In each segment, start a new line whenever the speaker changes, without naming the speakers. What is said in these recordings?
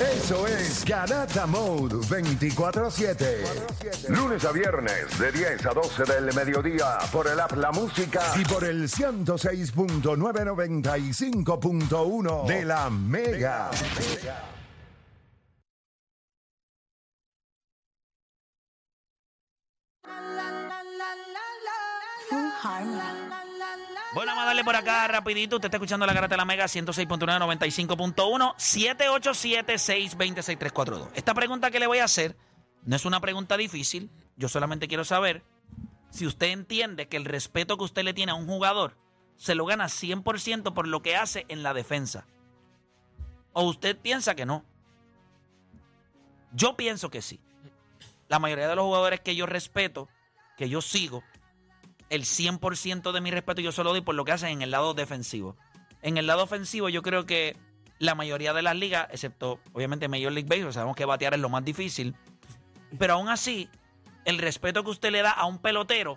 Eso es Garata Mode 24-7.
Lunes a viernes de 10 a 12 del mediodía por el app La Música.
Y por el 106.995.1 de la Mega.
Bueno, vamos a darle por acá rapidito. Usted está escuchando la Garata de la Mega 106.195.1 787-626-342. Esta pregunta que le voy a hacer no es una pregunta difícil. Yo solamente quiero saber si usted entiende que el respeto que usted le tiene a un jugador se lo gana 100% por lo que hace en la defensa. O usted piensa que no. Yo pienso que sí. La mayoría de los jugadores que yo respeto, que yo sigo, el 100% de mi respeto yo se lo doy por lo que hacen en el lado defensivo. En el lado ofensivo yo creo que la mayoría de las ligas, excepto obviamente Major League Baseball, sabemos que batear es lo más difícil, pero aún así, el respeto que usted le da a un pelotero,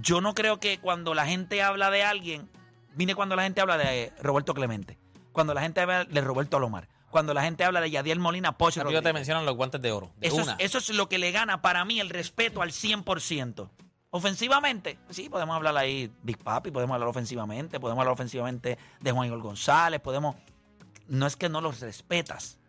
yo no creo que cuando la gente habla de alguien, mire cuando la gente habla de Roberto Clemente, cuando la gente habla de Roberto Alomar, cuando la gente habla de Yadiel Molina, Pocho.
Rápido te
Rodríguez.
mencionan los guantes de oro. De
Eso es,
una.
eso es lo que le gana para mí el respeto al 100%. Ofensivamente, sí, podemos hablar ahí Big Papi, podemos hablar ofensivamente, podemos hablar ofensivamente de Juan Igor González, podemos... No es que no los respetas,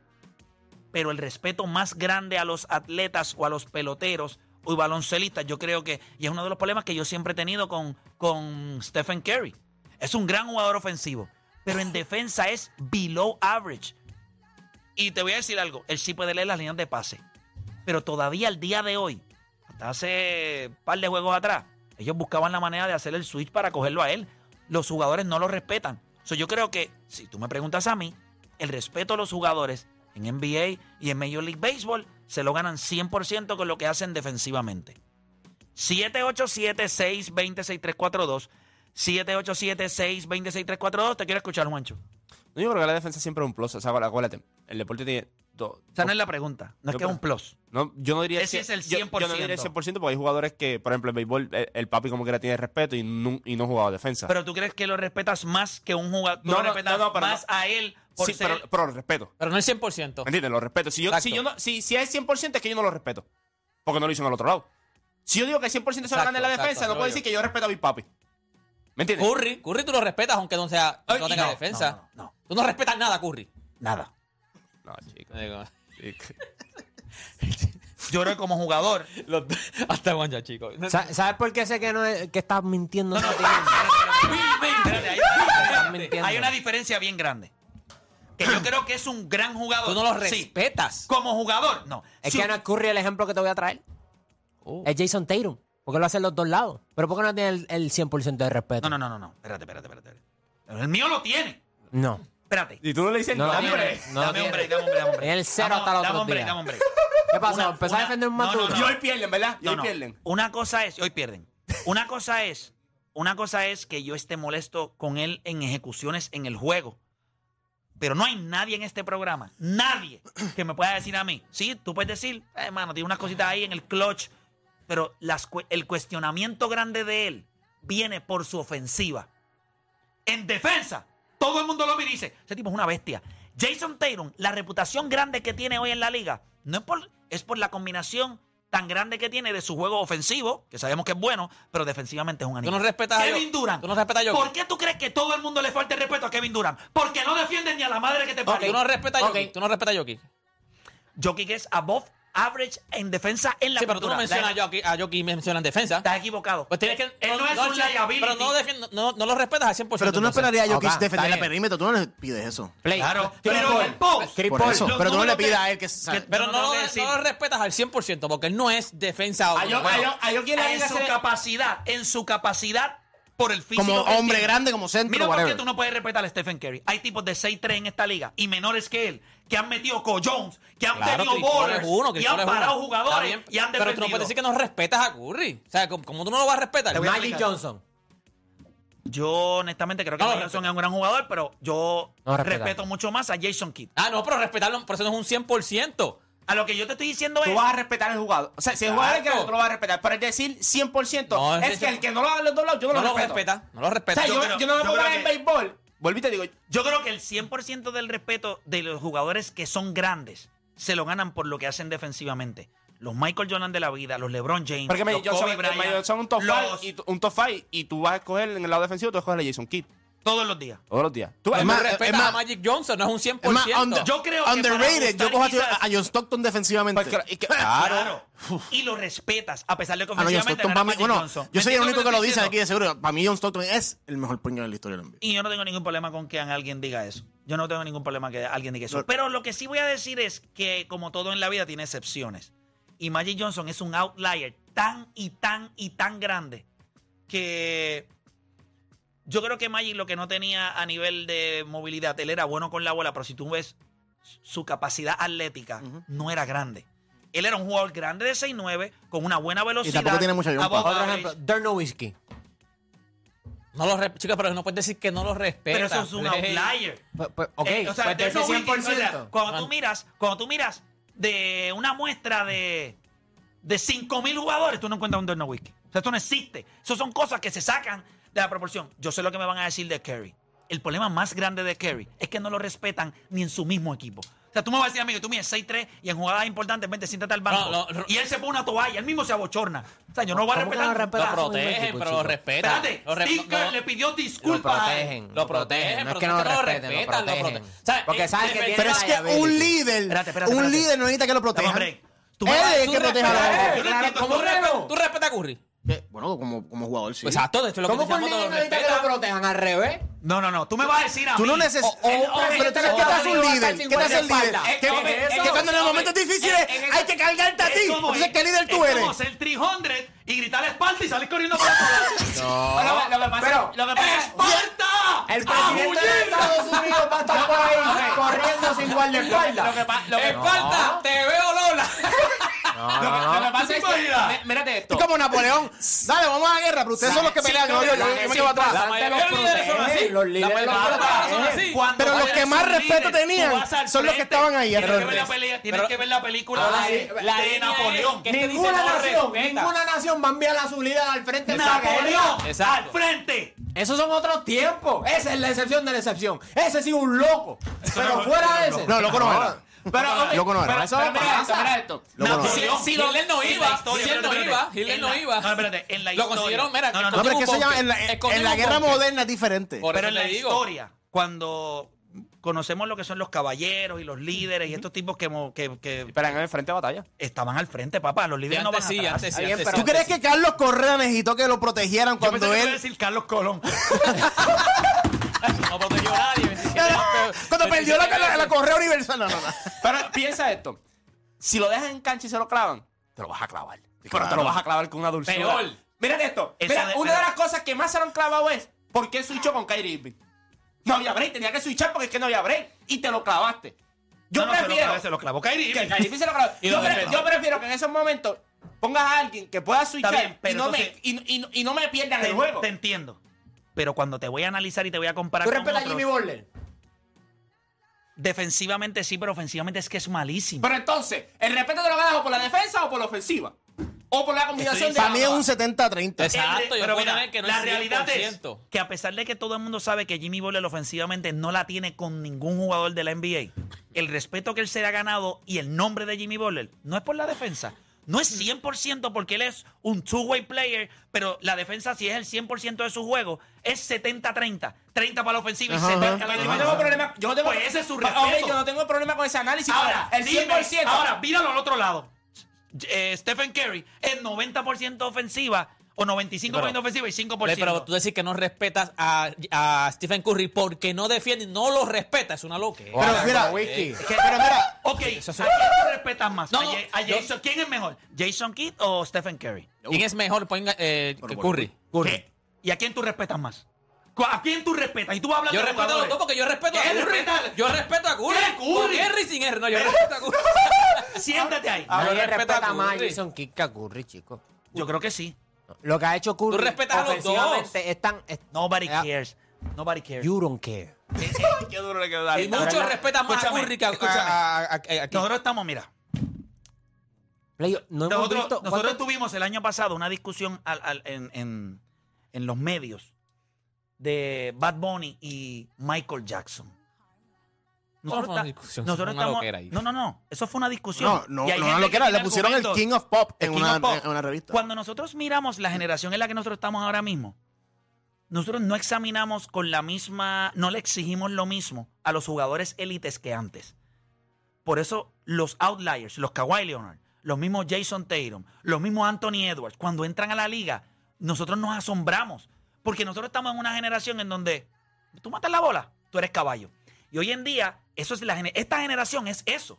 pero el respeto más grande a los atletas o a los peloteros o baloncelistas, yo creo que... Y es uno de los problemas que yo siempre he tenido con, con Stephen Curry. Es un gran jugador ofensivo, pero en defensa es below average. Y te voy a decir algo, él sí puede leer las líneas de pase. Pero todavía al día de hoy, hasta hace un par de juegos atrás, ellos buscaban la manera de hacer el switch para cogerlo a él. Los jugadores no lo respetan. So, yo creo que, si tú me preguntas a mí, el respeto a los jugadores en NBA y en Major League Baseball se lo ganan 100% con lo que hacen defensivamente. 787-620-6342. 787-620-6342. Te quiero escuchar, Juancho.
No, yo creo que la defensa siempre es un plus. O sea, acuérdate, el deporte tiene todo.
Esa no es la pregunta. No es que es
Yo creo-
un plus.
No, yo no diría
Ese es el
yo- Yo, no diría el
100%.
100% porque hay jugadores que, por ejemplo, en béisbol, el, el papi como quiera tiene respeto y no, y no jugaba defensa.
Pero tú crees que lo respetas más que un jugador. Tú
No,
lo
no,
respetas
no, no, pero
más
no.
a él por
sí,
ser.
pero, pero lo respeto.
Pero no el 100%.
¿Me entiendes? Lo respeto. Si, yo,
Exacto.
si, yo no, si, si hay 100% es que yo no lo respeto. Porque no lo hizo en el otro lado. Si yo digo que 100% se lo
Exacto,
gana en la
exacto,
defensa,
eso
no puedo
digo.
decir que yo respeto a mi papi. ¿Me entiendes?
Curry, Curry tú lo respetas aunque no sea
Ay,
no
y
tenga
no,
defensa.
no, no, no.
Tú no respetas nada, Curry.
Nada.
No, chico.
Digo,
chico.
Yo creo que como jugador.
los- hasta guancha, chicos.
Sa- ¿Sabes por qué sé que no es- que estás mintiendo? No, te-
Espérate, hay, una
Me
diferencia-
entiendo.
hay una diferencia bien grande. Que yo creo que es un gran jugador.
Tú no los
Sí.
respetas.
Como jugador, no.
Es
Sí,
que no es Curry el ejemplo que te voy a traer.
Oh.
Es Jason Tatum. Porque lo hacen los dos lados. Pero ¿por qué no tiene el, el 100% de respeto?
no, no, no, no, no. Espérate, espérate, espérate. espérate. El mío lo tiene.
No.
Espérate.
Y tú no le dices
No,
nombre.
hombre,
Dame,
no lo
dame,
tiene.
hombre, dame, hombre, dame, hombre.
En el cero
Dame-
hasta los
dame,
otros
hombre,
días.
dame, hombre.
¿Qué pasó?
Una-
Empezó a
una-
defender un
no, no,
maduro.
no.
Y hoy pierden, ¿verdad? Y
No,
hoy
no.
pierden.
Una cosa es, hoy pierden. Una cosa es, una cosa es que yo esté molesto con él en ejecuciones en el juego. Pero no hay nadie en este programa, nadie que me pueda decir a mí, sí, tú puedes decir, hermano, tiene unas cositas ahí en el clutch, pero las cue- el cuestionamiento grande de él viene por su ofensiva. En defensa, todo el mundo lo mira y dice, ese tipo es una bestia. Jason Tatum, la reputación grande que tiene hoy en la liga, no es por, es por la combinación tan grande que tiene de su juego ofensivo, que sabemos que es bueno, pero defensivamente es un animal.
no respetas a
Kevin
Jokic.
Durant.
Tú no respetas a Jokic.
¿Por qué tú crees que todo el mundo le falta el respeto a Kevin Durant? Porque no defiende ni a la madre que te parió.
Tú no respetas a
Ok.
Jokic. Tú no respetas a Jokic.
Jokic es above average en defensa en la
Sí, pero tú no
pintura.
mencionas
La-
a Jokic, a Jokic y mencionas defensa.
Estás equivocado.
Pues tienes que.
Él no es un liability.
Pero no, defiendes- no, no lo respetas al 100%.
Pero tú no
entonces.
esperarías a
Papá,
Jokic
está
defender el
bien.
perímetro, tú no le pides eso.
Play.
Claro,
Chris
pero
Paul.
en el post.
Chris
Por
Paul.
eso.
los
Pero tú no le
números que-
pidas a él que...
que-
Pero
Yo no
no, lo,
tengo que
no
decir.
lo respetas al 100% porque él no es defensa.
A yo-
Bueno,
a yo- a yo quién le
en
diga
su
ser-
capacidad, en su capacidad por el físico.
Como
que él
hombre
tiene.
grande, como centro,
Mira por qué
whatever.
tú no puedes respetar a Stephen Curry. Hay tipos de 6'3 en esta liga y menores que él que han metido cojones, que han
Claro,
tenido
Chris Paul
bowlers
es uno,
y
Chris Paul
han
es uno.
parado
Está
jugadores
bien,
y han defendido.
Pero tú no puedes decir que no respetas a Curry. O sea, ¿cómo, cómo tú no lo vas a respetar?
Te voy a
Magic
explicar.
Johnson.
Yo honestamente creo que
No lo
Magic Johnson
respeta.
es un gran jugador, pero yo
No lo respeta.
respeto mucho más a Jason Kidd.
Ah, no, pero respetarlo, por eso no es un 100%.
A lo que yo te estoy diciendo
Tú
es...
vas a respetar al jugador. O sea, si el jugador es
Exacto.
grande, tú lo vas a respetar. Pero es decir 100%,
No, es
es,
eso.
que el que no lo haga en los dos lados, yo no,
No
lo
lo
respeto.
respeta, no lo
O sea,
respeta.
yo,
creo-
yo no
yo
me puedo
creo
ver en
que-
béisbol Vuelvo y te digo,
Yo creo que el 100% del respeto de los jugadores que son grandes se lo ganan por lo que hacen defensivamente. Los Michael Jordan de la vida, los LeBron James,
porque
los
Magic Johnson,
Kobe Bryant,
Magic Johnson un top
los-
5 y, tú- un top five, y tú vas a escoger en el lado defensivo, tú vas a escoger a Jason Kidd
todos los días.
todos los días.
Tú
Tú vas-
es
más,
respetas
es más-
a Magic Johnson, no es un 100%.
Es más, under-
Yo creo que para
underrated.
gustar
Yo cojo a,
quizás-
a John Stockton defensivamente.
Pues, cla- y que-
Claro. Y lo respetas, a pesar de que
Ah, no, John
ofensivamente
Stockton para
no era
mí,
Magic
bueno,
Johnson.
yo soy el
¿Me
único
entiendes
que
lo
lo dice
estoy
aquí de seguro. Para mí John Stockton es el mejor puño de la historia del NBA.
Y yo no tengo ningún problema con que alguien diga eso. Yo no tengo ningún problema que alguien diga eso.
No.
Pero lo que sí voy a decir es que, como todo en la vida, tiene excepciones. Y Magic Johnson es un outlier tan y tan y tan grande que yo creo que Magic lo que no tenía a nivel de movilidad, él era bueno con la bola, pero si tú ves su capacidad atlética, no era grande. Él era un jugador grande de 6'9", con una buena velocidad.
tiene mucha jumpa.
above
Otro
average,
ejemplo, Dernowitzki.
No lo re- Chicos, pero no puedes decir que no lo respeta.
Pero eso es un
Play.
outlier.
Pues, pues, ok,
Eh, o sea,
pues de
Dirk
ese
Nowitzki,
100%.
o sea, cuando tú
Ah.
miras, cuando tú miras de una muestra de de 5000 jugadores, tú no encuentras un Derno Wiki. O sea, esto no existe. Eso son cosas que se sacan de la proporción. Yo sé lo que me van a decir de Kerry. El problema más grande de Kerry es que no lo respetan ni en su mismo equipo. O sea, tú me vas a decir, amigo, tú mides 6-3 y en jugadas importantes, vente, siéntate al banco.
No, no,
y él se pone una toalla, él mismo se abochorna. O sea, yo no voy a
¿Cómo que no
respetar.
respeta?
Lo
Pedazo de
protegen,
equipo,
pero lo
chico.
respetan.
Espérate,
Lo re-
Steve Kerr
no-
le pidió
Lo
disculpas a él.
protegen.
Lo protegen,
No es
pero
que
no
no
es
lo
que no lo
respeten, lo
respetan, lo
protegen.
protegen. O sea,
Porque
eh,
saben
de
que
verdad-
tiene
Pero es que un
liability.
líder,
Espérate, espérate,
un
espérate.
líder no necesita que lo
Dame un
protejan.
break. Tú
Él
me vas a
es el
Tú
que protege a la
respetas-
gente.
Yo no
Claro,
entiendo
¿cómo
cómo
respetas-
no.
¿Tú respetas a Curry?
Que- Bueno, como, como jugador, sí.
Exacto, esto es lo que
¿Cómo que un
decíamos,
niño no
todos lo
necesita que lo
respetan.
protejan al revés?
No, no, no. Tú me vas a decir a
Tú
mí.
no necesitas.
O- o- o-
pero
pero-
¿qué te hace
o-
un líder? ¿Qué te hace el líder?
espalda.
Que- que-
Es
Que cuando en los
eso-
momentos
Eh,
difíciles
es- es-
eh, hay que cargarte a ti.
es como-
Entonces, ¿qué líder tú
Es como
eres?
ser 300 y gritar espalda y salir corriendo para otro lado. Lo que- lo que pasa-
pero-
lo que
Eh,
pasa es ¡Esparta!
El presidente de Estados Unidos va a estar por ahí corriendo sin guardaespaldas.
Ah, Esparta, te veo Lola.
lo que pasa
¿Tú te imaginas?
mí- mírate esto.
Es como Napoleón. Dale, vamos a la guerra, pero ustedes son los que pelean. No, yo, yo- yo me quedo
La
atrás.
mayoría de los líderes son así.
Los líderes
La mayoría de los
Esparta.
son así.
Cuando
Pero los
eres
que más
un
respeto
líder,
tenían
tú vas al
son los que
frente.
estaban ahí,
Tienes, que ver, la
adelante.
pelea- tienes que ver la película de-
Ah, sí.
de,
La línea
Napoleón.
es que-
Ninguna
Este dice, no
nación,
respeta.
ninguna nación va a enviar a su líder al frente. de esa guerra.
Napoleón
Exacto.
al frente.
Esos son otros tiempos. Esa es la excepción de la excepción. Ese sí un loco. Pero fuera de ese.
No, loco no era.
Pero, ok,
Loco no era.
pero eso
Pero mira esto,
pasa.
mira esto.
Loco no era.
Si- si
Hitler-
Hitler no
en la
iba,
historia,
si él no
espérate,
iba,
espérate.
Hitler
En
no
la-
iba.
No, espérate, en la
Lo
historia.
consiguieron, mira,
No, no, no.
No, pero es que eso
Escondimos
ya en la,
bosque.
en la
Escondimos
guerra
bosque.
moderna es diferente.
Por
Pero
eso
en la
te digo.
historia, cuando conocemos lo que son los caballeros y los líderes y estos tipos que, mo- que- que
Pero en el frente de batalla.
estaban al frente, papá, los líderes no van
Antes sí,
atrás.
antes sí,
Alguien,
antes
pero-
sí.
¿Tú crees que Carlos Correa necesitó que lo protegieran
Yo pensé
cuando
que iba a
él
decir Carlos Colón.
No protegió a nadie. 27
Pero, Cuando perdió la, la, la correa universal. No, no, no.
Pero piensa esto. Si lo dejas en cancha y se lo clavan, te lo vas a clavar. Pero te lo vas a clavar con una dulzura.
Peor.
Mírate esto.
Eso
Mira,
de-
una de
pero-
las cosas que más se lo han clavado es ¿por qué switchó con Kyrie Irving? No había break. Tenía que switchar porque es que no había break. Y te lo clavaste. Yo
No, no, se lo
prefiero...
clavó, se lo clavó Kyrie
que
Irving.
Kyrie Irving se lo clavó.
Y
Yo,
lo
pre-
defendió.
yo prefiero que en esos momentos pongas a alguien que pueda switchar
bien, pero
y, no me,
entonces-
y, y- y no me pierdan
Te,
el juego.
te entiendo. Pero cuando te voy a analizar y te voy a comparar
¿Tú
con
respetas a
otros,
Jimmy Butler?
defensivamente sí, pero ofensivamente es que es malísimo.
Pero entonces, ¿el respeto te lo ganas o por la defensa o por la ofensiva? O por la combinación de
Para mí es un
ambas.
70-30.
Exacto, yo
pero
puedo
mira,
tener que no
la
es
realidad es
100%.
que a pesar de que todo el mundo sabe que Jimmy Butler ofensivamente no la tiene con ningún jugador de la NBA, el respeto que él se le ha ganado y el nombre de Jimmy Butler no es por la defensa. No es 100% porque él es un two-way player, pero la defensa si es el 100% de su juego es 70-30. 30 para la ofensiva y 70 para la
Pues Yo no tengo
defensa.
problema. Yo no tengo
Pues ese es su
Ok,
respeto.
yo no tengo problema con ese análisis.
Ahora,
el 100%.
ahora, míralo al otro lado. Eh, Stephen Curry es 90% ofensiva o 95% ofensiva y 5%.
Oye, Pero tú decís que no respetas a, a Stephen Curry porque no defiende, no lo respeta, es una loquera.
Pero mira,
Whisky.
Que-
pero mira,
Ok,
Eso es-
¿a quién tú respetas más?
No,
A
no,
Ja- a
yo-
Jason, ¿Quién es mejor? ¿Jason Kidd o Stephen Curry?
¿Quién es mejor Ponga, eh, que Curry?
¿Qué? ¿Y a quién tú respetas más? Cu- ¿A quién tú respetas? Y tú hablas
Yo
de
respeto a los
jugadores.
dos porque yo respeto a
¿Qué
Curry.
respetas?
Yo respeto a Curry.
¿Qué Curry?
Con Henry sin Henry. No, yo respeto a Curry.
Siéntate ahí.
Ah,
Nadie
yo respeto
respeta
a
más a
Curry.
Jason Kidd que a Curry, chico.
Yo creo que sí.
Lo que ha hecho Curry
Tú respetas a los
ofensivamente es tan... es-
Nobody
Ah,
cares. Nobody cares.
You don't care.
qué duro le quedó a
Y muchos respetan más a
Escúchame,
Curry que a, a,
escúchame.
a- a- a- a-
Nosotros estamos, mira,
Play- no hemos
Nosotros,
visto...
nosotros
¿cuánto-
tuvimos el año pasado una discusión al- al- en, en- en los medios de Bad Bunny y Michael Jackson.
No, fue una
está-
discusión,
nosotros
fue una
estamos-
loquera ahí.
No, no, no. Eso fue una discusión.
No, no,
Y hay
no,
gente
no lo
que
que era.
tiene
Le pusieron el
argumentos.
King of Pop en
King
una,
of Pop.
en una revista.
Cuando nosotros miramos la generación en la que nosotros estamos ahora mismo, nosotros no examinamos con la misma, no le exigimos lo mismo a los jugadores élites que antes. Por eso los outliers, los Kawhi Leonard, los mismos Jason Tatum, los mismos Anthony Edwards, cuando entran a la liga, nosotros nos asombramos. Porque nosotros estamos en una generación en donde tú matas la bola, tú eres caballo. Y hoy en día, eso es la gene- esta generación es eso.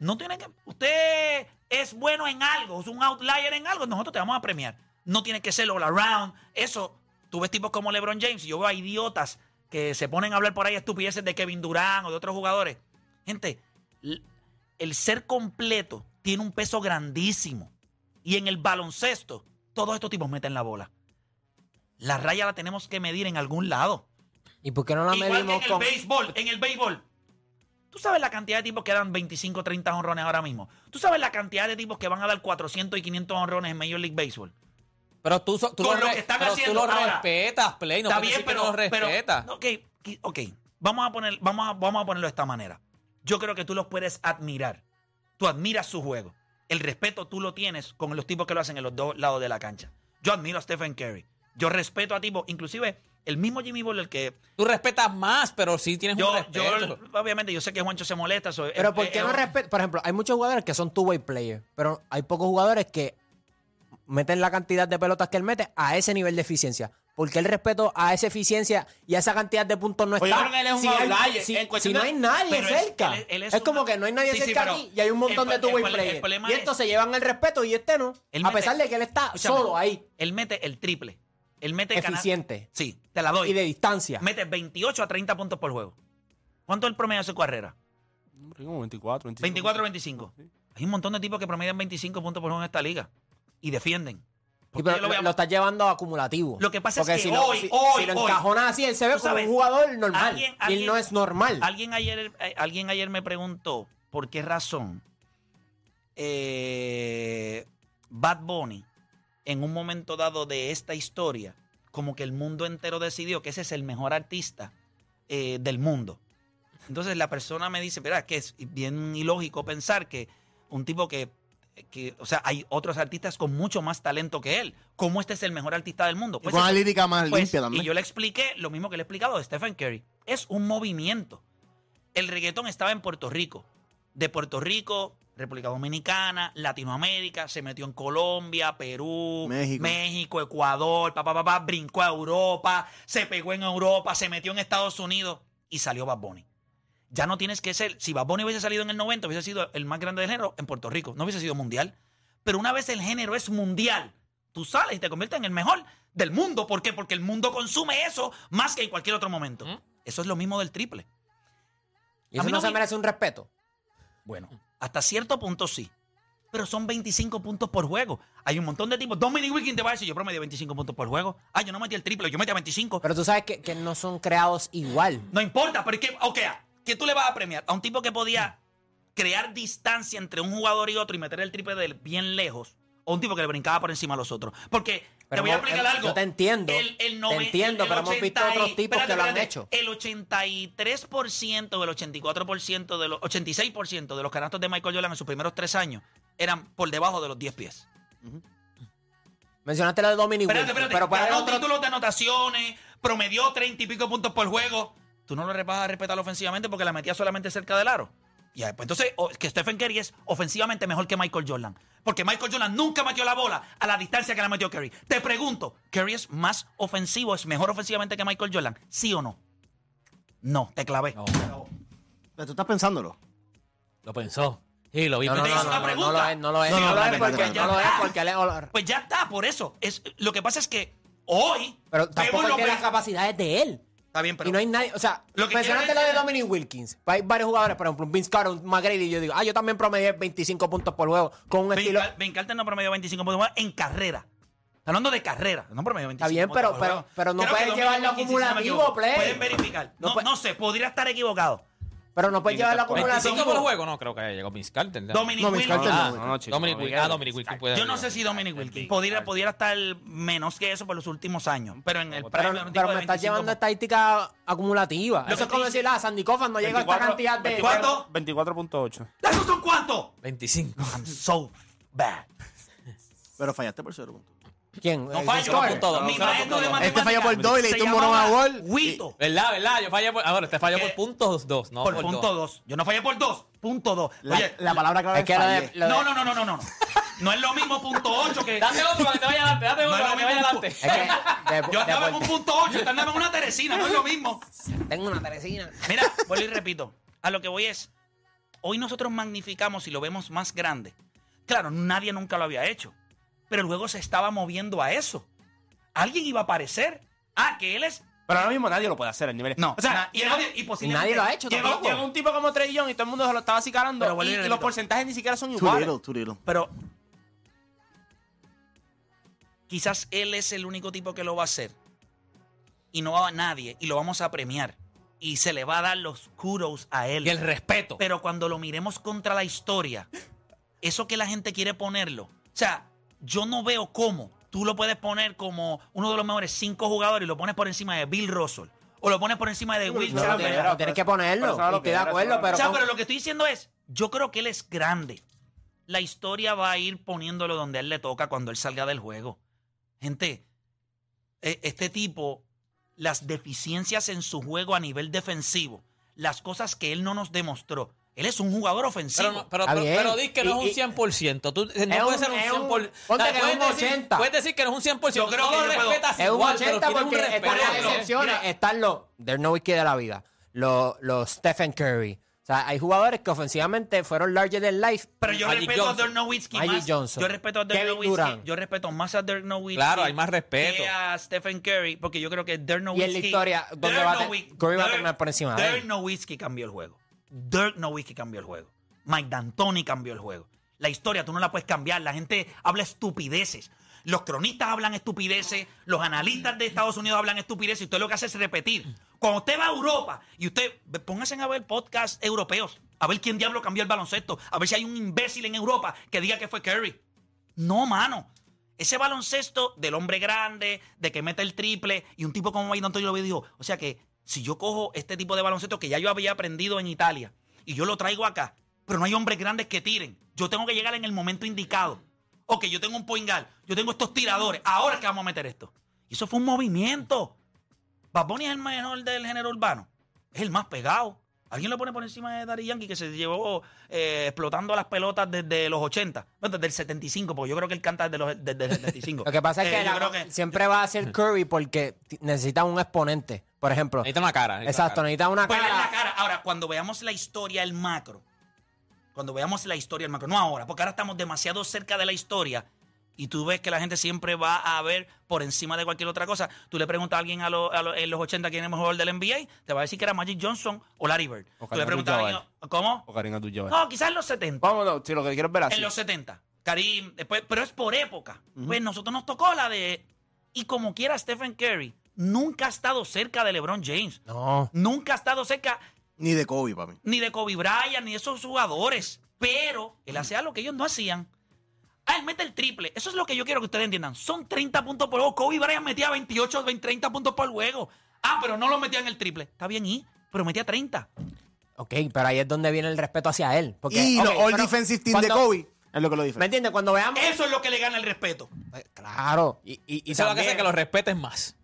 No tiene que. Usted es bueno en algo, es un outlier en algo, nosotros te vamos a premiar. No tiene que ser all around. Eso, tú ves tipos como LeBron James y yo veo a idiotas que se ponen a hablar por ahí estupideces de Kevin Durant o de otros jugadores. Gente, l- el ser completo tiene un peso grandísimo. Y en el baloncesto, todos estos tipos meten la bola. La raya la tenemos que medir en algún lado.
¿Y por qué no la
Igual que en
medimos
el
con.?
béisbol, en el béisbol. Tú sabes la cantidad de tipos que dan 25, 30 honrones ahora mismo. Tú sabes la cantidad de tipos que van a dar 400 y 500 honrones en Major League Baseball.
Pero tú, so- tú
Con
lo,
lo
re-
que están
pero
haciendo
tú lo
ahora.
respetas, Play. No
Está
puedes
bien,
decir que
pero,
no lo
pero-
respetas.
ok, qui- ok. Vamos a, poner, vamos, a, vamos a ponerlo de esta manera. Yo creo que tú los puedes admirar. Tú admiras su juego. El respeto tú lo tienes con los tipos que lo hacen en los dos lados de la cancha. Yo admiro a Stephen Curry. Yo respeto a tipos, inclusive el mismo Jimmy Butler que
Tú respetas más, pero sí tienes un
yo, yo,
respeto.
obviamente yo sé que Juancho se molesta. so-
Pero
eh,
¿por qué
eh,
no respetas? Por ejemplo, hay muchos jugadores que son two-way players, pero hay pocos jugadores que meten la cantidad de pelotas que él mete a ese nivel de eficiencia. Porque el respeto a esa eficiencia y a esa cantidad de puntos no
Pues
está.
yo creo que él es un
si hay-
outlier,
si-
en cuestión
si no
de-
hay nadie
pero es-
cerca.
él-
Es,
él es
como
una-
que no hay nadie
Sí, sí,
cerca
pero
aquí y hay un montón
el-
de two-way
el- el
players.
problema
Y
es-
entonces llevan el respeto y este no.
Él
A
mete-
pesar de que él está
escúchame,
solo ahí,
Él mete el triple. Él mete cana-
eficiente
Sí, te la doy.
y de distancia.
Mete 28 a 30 puntos por juego. ¿Cuánto es el promedio de su carrera?
Como 24, 25.
24 25. Hay un montón de tipos que promedian 25 puntos por juego en esta liga y defienden. ¿Por qué
Sí, pero
yo lo voy a-
lo, estás llevando acumulativo.
Lo que pasa es
Porque
que
si no-
hoy,
si-
hoy,
si lo
hoy.
encajonas así, él se ve
Tú
como
sabes,
un jugador normal.
alguien-
Y
alguien-
él no es normal.
Alguien ayer, eh, alguien ayer me preguntó por qué razón eh, Bad Bunny, en un momento dado de esta historia, como que el mundo entero decidió que ese es el mejor artista eh, del mundo. Entonces la persona me dice, mira, que es bien ilógico pensar que un tipo que, que, o sea, hay otros artistas con mucho más talento que él. ¿Cómo este es el mejor artista del mundo?
Y
Pues
con
es-
una lírica más
pues,
limpia
Y
también.
yo le expliqué lo mismo que le he explicado de Stephen Curry. Es un movimiento. El reggaetón estaba en Puerto Rico. De Puerto Rico, República Dominicana, Latinoamérica, se metió en Colombia, Perú,
México.
Ecuador, papá, papá, brincó a Europa, se pegó en Europa, se metió en Estados Unidos y salió Bad Bunny. Ya no tienes que ser, si Bad Bunny hubiese salido en el 90, hubiese sido el más grande del género en Puerto Rico, no hubiese sido mundial. Pero una vez el género es mundial, tú sales y te conviertes en el mejor del mundo. ¿Por qué? Porque el mundo consume eso más que en cualquier otro momento.
¿Mm?
Eso es lo mismo del triple.
y
a
eso
mí
no,
no
se
me-
merece un respeto.
Bueno, hasta cierto punto sí. Pero son 25 puntos por juego. Hay un montón de tipos. Dominic Wiggins te va a decir, yo promedio 25 puntos por juego. Ah, yo no metí el triple, yo metí a 25.
Pero tú sabes que, que no son creados igual.
No importa, pero es que, ok, que tú le vas a premiar a un tipo que podía crear distancia entre un jugador y otro y meter el triple de él bien lejos, o un tipo que le brincaba por encima a los otros. Porque te
Pero
voy a
hemos-
explicar
eh,
algo.
yo te entiendo, te
noven-
entiendo, pero hemos visto
80 y-
otros tipos que lo han hecho.
El 83% o el 84% de los 86% de los canastos de Michael Jordan en sus primeros tres años eran por debajo de los 10 pies.
Mencionaste la de Dominic
Espérate,
Wilkins,
espérate.
pero para el
ganó
otro-
títulos de anotaciones, promedió 30 y pico puntos por juego. Tú no lo vas a respetar ofensivamente porque la metía solamente cerca del aro. Y ahí, pues, entonces, o- que Stephen Curry es ofensivamente mejor que Michael Jordan. Porque Michael Jordan nunca metió la bola a la distancia que la metió Curry. Te pregunto, ¿Curry es más ofensivo, es mejor ofensivamente que Michael Jordan? ¿Sí o no? No, te clavé.
No,
Pero tú estás pensándolo.
lo pensó. Sí, lo vi.
No, no,
Te
no,
hice
no,
una
no, no
pregunta.
lo es, no lo es.
No, no,
No lo
espérate,
es porque-
espérate,
no lo es
espérate.
porque él es all-
Pues ya está, por eso. Es, lo que pasa es que hoy...
Pero
vemos
tampoco es
lo
que
pe-
las capacidades de él.
Está bien, pero...
y no hay nadie, o sea,
Lo que
mencionaste
quiero
la de
decir-
Dominic Wilkins. Hay varios jugadores, por ejemplo, un Vince Carter, un McGrady, y yo digo, ah, yo también promedié 25 puntos por juego con un estilo...
Vinca- Vincarter no promedió 25 puntos en carrera. Hablando de carrera, no promedió 25
Está bien,
puntos
pero-
por
pero-
juego.
pero no
Creo que
puedes llevarlo
2026, si no me
acumulativo,
equivoco.
Play.
Pueden verificar.
No
No,
puede-
no sé, podría estar equivocado.
Pero no puedes llevar la acumulación.
25 por juego, no creo que haya llegado Vince Carter. ¿no?
Dominic
No, Vince
Wilkins.
Carter
Ah,
no.
No, no, chico,
Dominic
no,
Wilkins. Ah,
no,
Dominic Wilkins puede
Yo no sé
llegar.
si Dominic Wilkins pudiera, pudiera estar menos que eso por los últimos años, pero en el
Pero,
prime de un tipo
pero
de
me estás
25
llevando estadística acumulativa.
que
Eso es como
te dice-
decir, ah, Sandy Coffin no llega a esta cantidad de...
24, 24.8.
¿Eso son cuánto?
25.
I'm so bad.
Pero fallaste por cero puntos.
¿Quién?
No
Eh,
fallo.
Score. todo,
Mi
score
maestro
por
de
todo.
matemáticas.
Este falló por dos y le
se
hizo un morón
llamaba
a gol.
Wito.
¿Verdad, verdad? Yo fallé por. Ahora, te falló
¿Qué?
por puntos dos, Eh, no
por
por
punto
dos.
dos. Yo no fallé por dos. Punto dos.
La,
Oye,
la palabra clave
Es que era de-
fallé.
lo de-
no, no, no, no, no, no. no. No es lo mismo punto ocho que.
Date otro para que te vaya adelante. Date
No
otro
es
para
lo
que te vaya
mismo un pu-
adelante.
Es que de-
Yo andaba en
de-
un punto ocho, tú andabas en una teresina, no es lo mismo.
Tengo una teresina.
Mira, vuelvo y repito. A lo que voy es, hoy nosotros magnificamos y lo vemos más grande. Claro, nadie nunca lo había hecho. Pero luego se estaba moviendo a eso. Alguien iba a aparecer. Ah, que él es.
Pero ahora mismo nadie lo puede hacer al nivel.
No.
O sea,
y,
llega,
nadie, y posiblemente-
Nadie lo ha hecho
llega-
tampoco.
llega un tipo como Trey Young y todo el mundo se lo estaba acicalando.
Pero,
Y,
Bolívar,
y los
Benito.
porcentajes ni siquiera son
Too
iguales.
little, too little.
Pero quizás él es el único tipo que lo va a hacer. Y no va a nadie. Y lo vamos a premiar. Y se le va a dar los kudos a él.
Y el respeto.
Pero cuando lo miremos contra la historia, eso que la gente quiere ponerlo, o sea, yo no veo cómo tú lo puedes poner como uno de los mejores cinco jugadores y lo pones por encima de Bill Russell o lo pones por encima de Will
No,
Chamberlain.
tienes, tienes que
pero
ponerlo.
eso no lo
estoy de
quiero, eso
acuerdo,
no lo
pero...
o sea,
con-
pero lo que estoy diciendo es, yo creo que él es grande. La historia va a ir poniéndolo donde a él le toca cuando él salga del juego. Gente, e- este tipo, las deficiencias en su juego a nivel defensivo, las cosas que él no nos demostró. Él es un jugador ofensivo.
Pero, no- pero,
Está
pero,
bien.
pero di que no
Y-
es un 100%. Tú, no
un-
puede ser un
es
100%.
un- ponte que es
puedes
un
decir-
80.
Puedes decir que no es un 100%.
Yo creo
no
que
lo
yo puedo-
respetas
Es un
igual,
80
pero
porque
tiene un
están
respeto.
las
ejemplo,
excepciones.
mira.
Están los There's no whisky de la vida. Los, los Stephen Curry. O sea, hay jugadores que ofensivamente fueron larger than life.
Pero yo
Magic
respeto
Johnson.
a Dirk Nowitzki
Magic
más.
Johnson.
Yo respeto a Dirk
Kevin
Nowitzki.
Durant.
Yo respeto más a Dirk Nowitzki.
Claro, hay más respeto.
Que a Stephen Curry, porque yo creo que Dirk
Y
Nowitzki.
en la historia, ¿dónde
Dirk
va a te-
Nowitzki-
Curry va a
Dirk-
terminar por encima de
Dirk
él?
Nowitzki cambió el juego. Dirk Nowitzki cambió el juego. Mike D'Antoni cambió el juego. La historia tú no la puedes cambiar. La gente habla estupideces. Los cronistas hablan estupideces. Los analistas de Estados Unidos hablan estupideces. Y usted lo que hace es repetir. Cuando usted va a Europa y usted póngase a ver podcasts europeos, a ver quién diablo cambió el baloncesto, a ver si hay un imbécil en Europa que diga que fue Curry. No, mano. Ese baloncesto del hombre grande, de que mete el triple, y un tipo como Mike D'Antoni lo veo y digo, o sea que si yo cojo este tipo de baloncesto que ya yo había aprendido en Italia y yo lo traigo acá, pero no hay hombres grandes que tiren. Yo tengo que llegar en el momento indicado. Ok, yo tengo un poingal, yo tengo estos tiradores, ahora es que vamos a meter esto. Y eso fue un movimiento. Bad Bunny es el menor del género urbano. Es el más pegado. Alguien lo pone por encima de Daddy Yankee que se llevó eh, explotando las pelotas desde los 80. No, desde el 75, porque yo creo que él canta desde, los, desde el 75.
Lo que pasa es
Eh,
que,
yo
la-
creo que-
siempre va a ser Curry porque t- necesita un exponente. Por ejemplo.
Necesita una cara. necesita
Exacto,
una cara.
necesita una
Pues, en la
cara.
cara. Ahora, cuando veamos la historia, el macro. Cuando veamos la historia, el macro. No ahora, porque ahora estamos demasiado cerca de la historia. Y tú ves que la gente siempre va a ver por encima de cualquier otra cosa. Tú le preguntas a alguien a lo- a lo- en los 80 quién es el mejor del NBA, te va a decir que era Magic Johnson o Larry Bird.
O
tú le
Karim
preguntas a alguien, ¿cómo?
O Karina Abdul-Jabbar.
No, quizás en los 70.
Vámonos, si lo que quiero es ver así.
En los 70. Karim, después, pero es por época. Pues nosotros nos tocó la de. Y como quiera, Stephen Curry nunca ha estado cerca de LeBron James.
No.
Nunca ha estado cerca
Ni de Kobe, para mí.
ni de Kobe Bryant, ni de esos jugadores. Pero él hacía lo que ellos no hacían. Ah, él mete el triple. Eso es lo que yo quiero que ustedes entiendan. Son 30 puntos por juego. Kobe Bryant metía 28, 20, 30 puntos por juego. Ah, pero no lo metía en el triple. Está bien, y pero metía 30.
Ok, pero ahí es donde viene el respeto hacia él. Porque,
Y
ok,
los All
pero
Defensive Team de
cuando-
Kobe es lo que lo
¿Me
diferencia.
entiendes? Cuando veamos.
Eso es lo que le gana el respeto.
Eh, Claro. Y, y, y
Y se va a hacer
también-
que lo respetes más.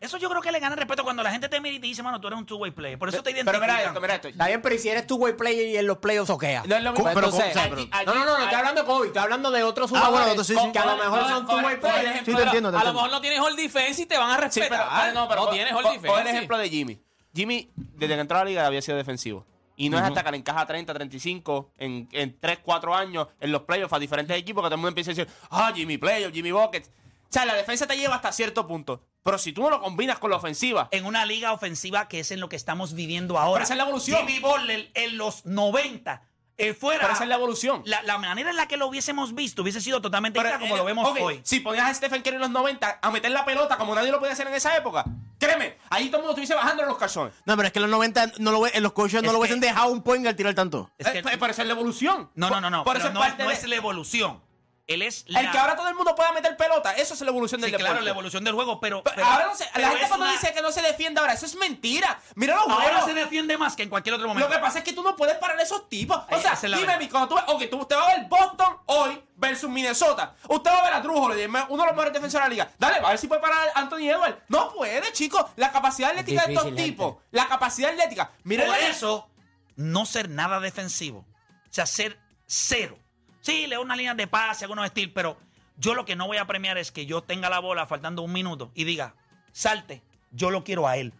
Eso yo creo que le gana el respeto cuando la gente te mira y te dice, mano, tú eres un two-way player. Por eso te
Pero
identifican.
mira esto, mira esto.
Está bien, pero si eres tu way player y en los playoffs okea.
No es lo mismo.
Pues
Pero,
entonces-
o sea, pero-
no, no, no, no estoy
Ah,
hablando de Kobe, estoy hablando de
Ah,
otros
bueno,
jugadores
entonces sí, sí.
que a lo
Kobe,
mejor
Kobe,
son
Kobe,
two
Kobe,
way players.
ejemplo.
Sí, te
Pero
entiendo, te
a lo
entiendo.
mejor no tienes all defense y te van a
Sí,
respetar.
pero, pero no, pero
no
pon-
tienes all
pon-
defense.
pon el ejemplo de Jimmy. Jimmy, desde que entró a la liga, había sido defensivo. Y no es hasta que le encaja 30, 35, en, en 3, 4 años, en los playoffs a diferentes equipos, que todo el mundo empieza a decir, ah, Jimmy Playoff, Jimmy Buckets. O sea, la defensa te lleva hasta cierto punto. Pero si tú no lo combinas con la ofensiva,
en una liga ofensiva que es en lo que estamos viviendo ahora.
Pero esa es la evolución.
Jimmy Butler en los 90 eh, fuera.
Pero esa es la evolución.
La, la manera en la que lo hubiésemos visto hubiese sido totalmente
Pero,
distinta como
eh,
lo vemos
ok,
hoy.
Si ponías a Stephen Curry en los 90 a meter la pelota como nadie lo podía hacer en esa época, créeme, ahí todo el mundo estuviese bajando los calzones. Eh,
No, pero es que en los 90 no lo, hue- en los coaches no
Es
lo
que-
hubiesen dejado un point al tirar tanto.
Es que-
Eh, pe- pero esa es la evolución.
no, no, no, no.
Por
pero
eso es
no, es-
parte
no
de-
es la evolución. Él es
El que ahora todo el mundo pueda meter pelota, eso es la evolución
Sí,
del deporte.
claro, la evolución del juego, pero.
Pero
pero-
ahora no se-
pero
la gente
es
cuando
una-
dice que no se defiende ahora, eso es mentira. Mira los
Ahora
juegos.
se defiende más que en cualquier otro momento.
Lo que pasa es que tú no puedes parar a esos tipos. O
Eh,
sea,
esa es la
dime,
verdad.
mi, cuando tú, ves- ok, tú te vas a ver Boston hoy versus Minnesota. Usted va a ver a Drújolo, y es uno de los mejores defensores de la liga. Dale, va a ver si puede parar a Anthony Edwards. No puede, chicos. La capacidad atlética de estos
difícil,
tipos. La capacidad atlética. Mira
Por
la-
eso, no ser nada defensivo. O sea, ser cero. Sí, le doy una línea de pase, algunos estilos, pero yo lo que no voy a premiar es que yo tenga la bola faltando un minuto y diga, salte, yo lo quiero a él.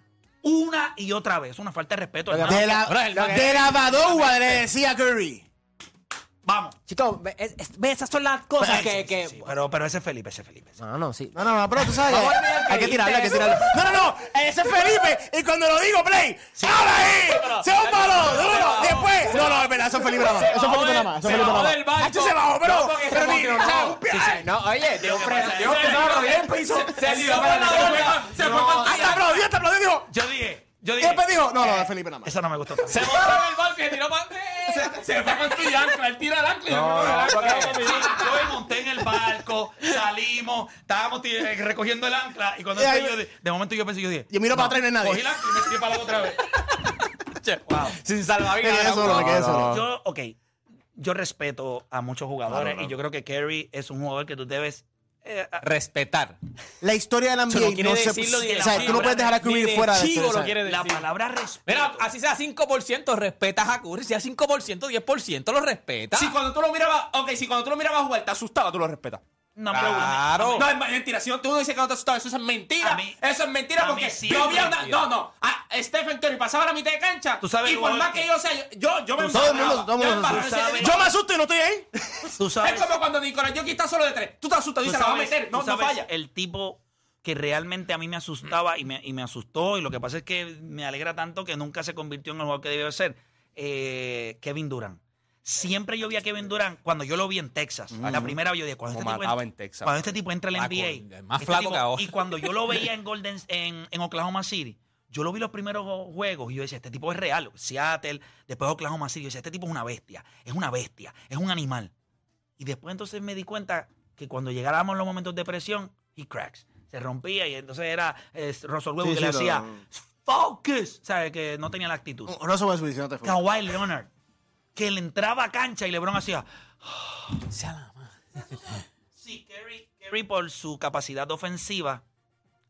Una y otra vez. Una falta de respeto. hermano.
De la,
Ahora es el más
de la Badoua le decía Curry.
Vamos.
Chicos, ve, es- es- ve, esas son las cosas que... que
Sí, pero, pero ese es Felipe, ese es Felipe.
No, no, sí.
No, no, no, pero tú sabes. hay que tirarle, hay que tirarle. No, no, no. Ese es Felipe. Y cuando lo digo, play. ¡Ahora ahí! ¡Se va un palo! ¡Duro! Después. No, no, es verdad, eso es Felipe nada más. Eso es Felipe nada más. Eso es
Se
Felipe
bajó
nada
del
más.
banco.
Ah, se bajó, pero.
porque
Pero
se
ni.
emocionó.
ah, un pie-
No, oye, Dios
pasa-
Dios que se arrodilló en el piso.
Se
Sí,
dio
para
buena
la-
bola. Se fue
No,
con-
Hasta aplaudió, hasta aplaudió. Dijo.
Yo dije, yo
Y
dije.
después dijo. No, no, es Felipe nada más.
Esa no me gustó. tanto.
Se botó en el banco y se tiró para. Se, fue con tu ancla. Él tira el ancla y
No, no, porque-
Yo me monté en el barco, salimos, estábamos ti- eh, recogiendo el ancla y cuando
Y ahí-
entré yo de, de momento yo pensé, yo dije,
Yo miro para atrás y no hay nadie.
cogí el ancla y me tiré para la otra vez.
Sin
Me quedé
salvavidas.
solo, me quedé solo.
Yo, ok, yo respeto a muchos jugadores y yo creo que Kerry es un jugador que tú debes... eh, a-
Respetar.
La historia del
Eso no
NBA
quiere
no se.
decirlo ni de
O
la
sea, tú no
palabra,
puedes dejar a
ni
Curry
de
fuera de
chivo
esto.
lo quiere
la
decir.
palabra respeto.
Mira, así sea 5%, respetas a Curry. Si sea 5%, 10% lo respeta.
Si cuando tú lo mirabas, ok, si cuando tú lo mirabas jugar, te asustaba, tú lo respetas.
no, pero-
claro.
No, es mentira. Si no, tú no dices que no te asustaba, eso es
A
mentira.
mí-
eso es mentira
a mí
porque
sí
yo
es
vi a una-
mentira.
No, no. A Stephen Curry pasaba la mitad de cancha.
Tú sabes,
y por
Hugo,
más
que-
que yo sea, yo- yo, yo me
Todo el mundo, todo
embarraba.
el
Yo me
mundo.
embarraba.
Tú sabes-
Yo me asusto y no estoy ahí.
tú sabes...
Es como cuando Nicolás Jokic está solo de tres. Tú te asustas,
tú
dices, la va a
sabes-
meter.
tú
No, no
sabes
falla.
El tipo que realmente a mí me asustaba y me, y me asustó, y lo que pasa es que me alegra tanto que nunca se convirtió en el jugador que debió ser, eh, Kevin Durant. Siempre yo vi a Kevin Durant cuando yo lo vi en Texas. La primera vez yo dije, cuando,
Como
este tipo,
mataba
en-
en Texas,
cuando este tipo entra al
Flaco,
NBA.
más
este
flaco
tipo-
que ahora.
Y cuando yo lo veía en Golden en, en Oklahoma City, yo lo vi los primeros juegos y yo decía, este tipo es real. Seattle, después Oklahoma City. Yo decía, este tipo es una bestia, es una bestia, es un animal. Y después entonces me di cuenta que cuando llegábamos los momentos de presión, he cracks. Se rompía y entonces era eh, Russell Westbrook
Sí,
que
sí,
le
lo-
hacía focus, ¿sabes? Que no tenía la actitud.
Russell Westbrook, si no te fue.
Kawhi Leonard, que le entraba a cancha y LeBron hacía...
Sea la madre.
Sí, Kerry, Kerry por su capacidad ofensiva,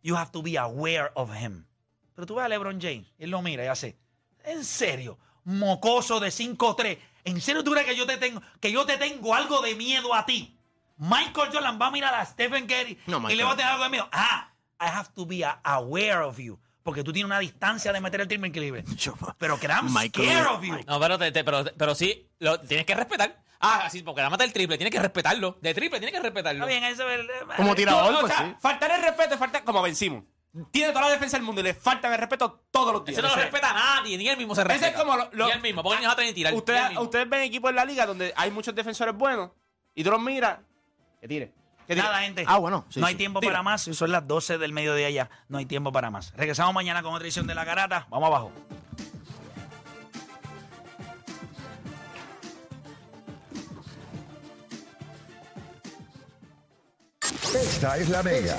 you have to be aware of him. Pero tú ves a LeBron James, él lo mira y hace, en serio, mocoso de 5'3, ¿en serio tú crees que yo te tengo, que yo te tengo algo de miedo a ti? Michael Jordan va a mirar a Stephen Curry
No,
y
Michael.
le va a tener algo de miedo. Ah, I have to be a- aware of you. Porque tú tienes una distancia de meter el tiro increíble. Pero que I'm
Michael-
scared of you.
No, pero, te- te- pero, pero sí, lo tienes que respetar. Ah, sí, porque la mata el triple, tienes que respetarlo. De triple, tienes que
Está
respetarlo.
bien, eso es... eh,
Como tirador,
No, o
pues
sea,
sí.
faltar el respeto, falta como vencimos. Tiene toda la defensa del mundo y le faltan el respeto todos los días.
Ese no lo
Ese-
respeta a nadie, ni él mismo se
Ese es
respeta.
como lo- Ah, lo-
ni él mismo, porque ni a ni tirar.
Ustedes,
ni él mismo.
ustedes ven equipos en la liga donde hay muchos defensores buenos y tú los miras, que tire. Que tire.
Nada, gente.
Ah, bueno, sí,
no
sí.
hay tiempo
Tira.
para más. Son las 12 del mediodía ya. No hay tiempo para más. Regresamos mañana con otra edición de La Garata. Vamos abajo.
Esta es la mega.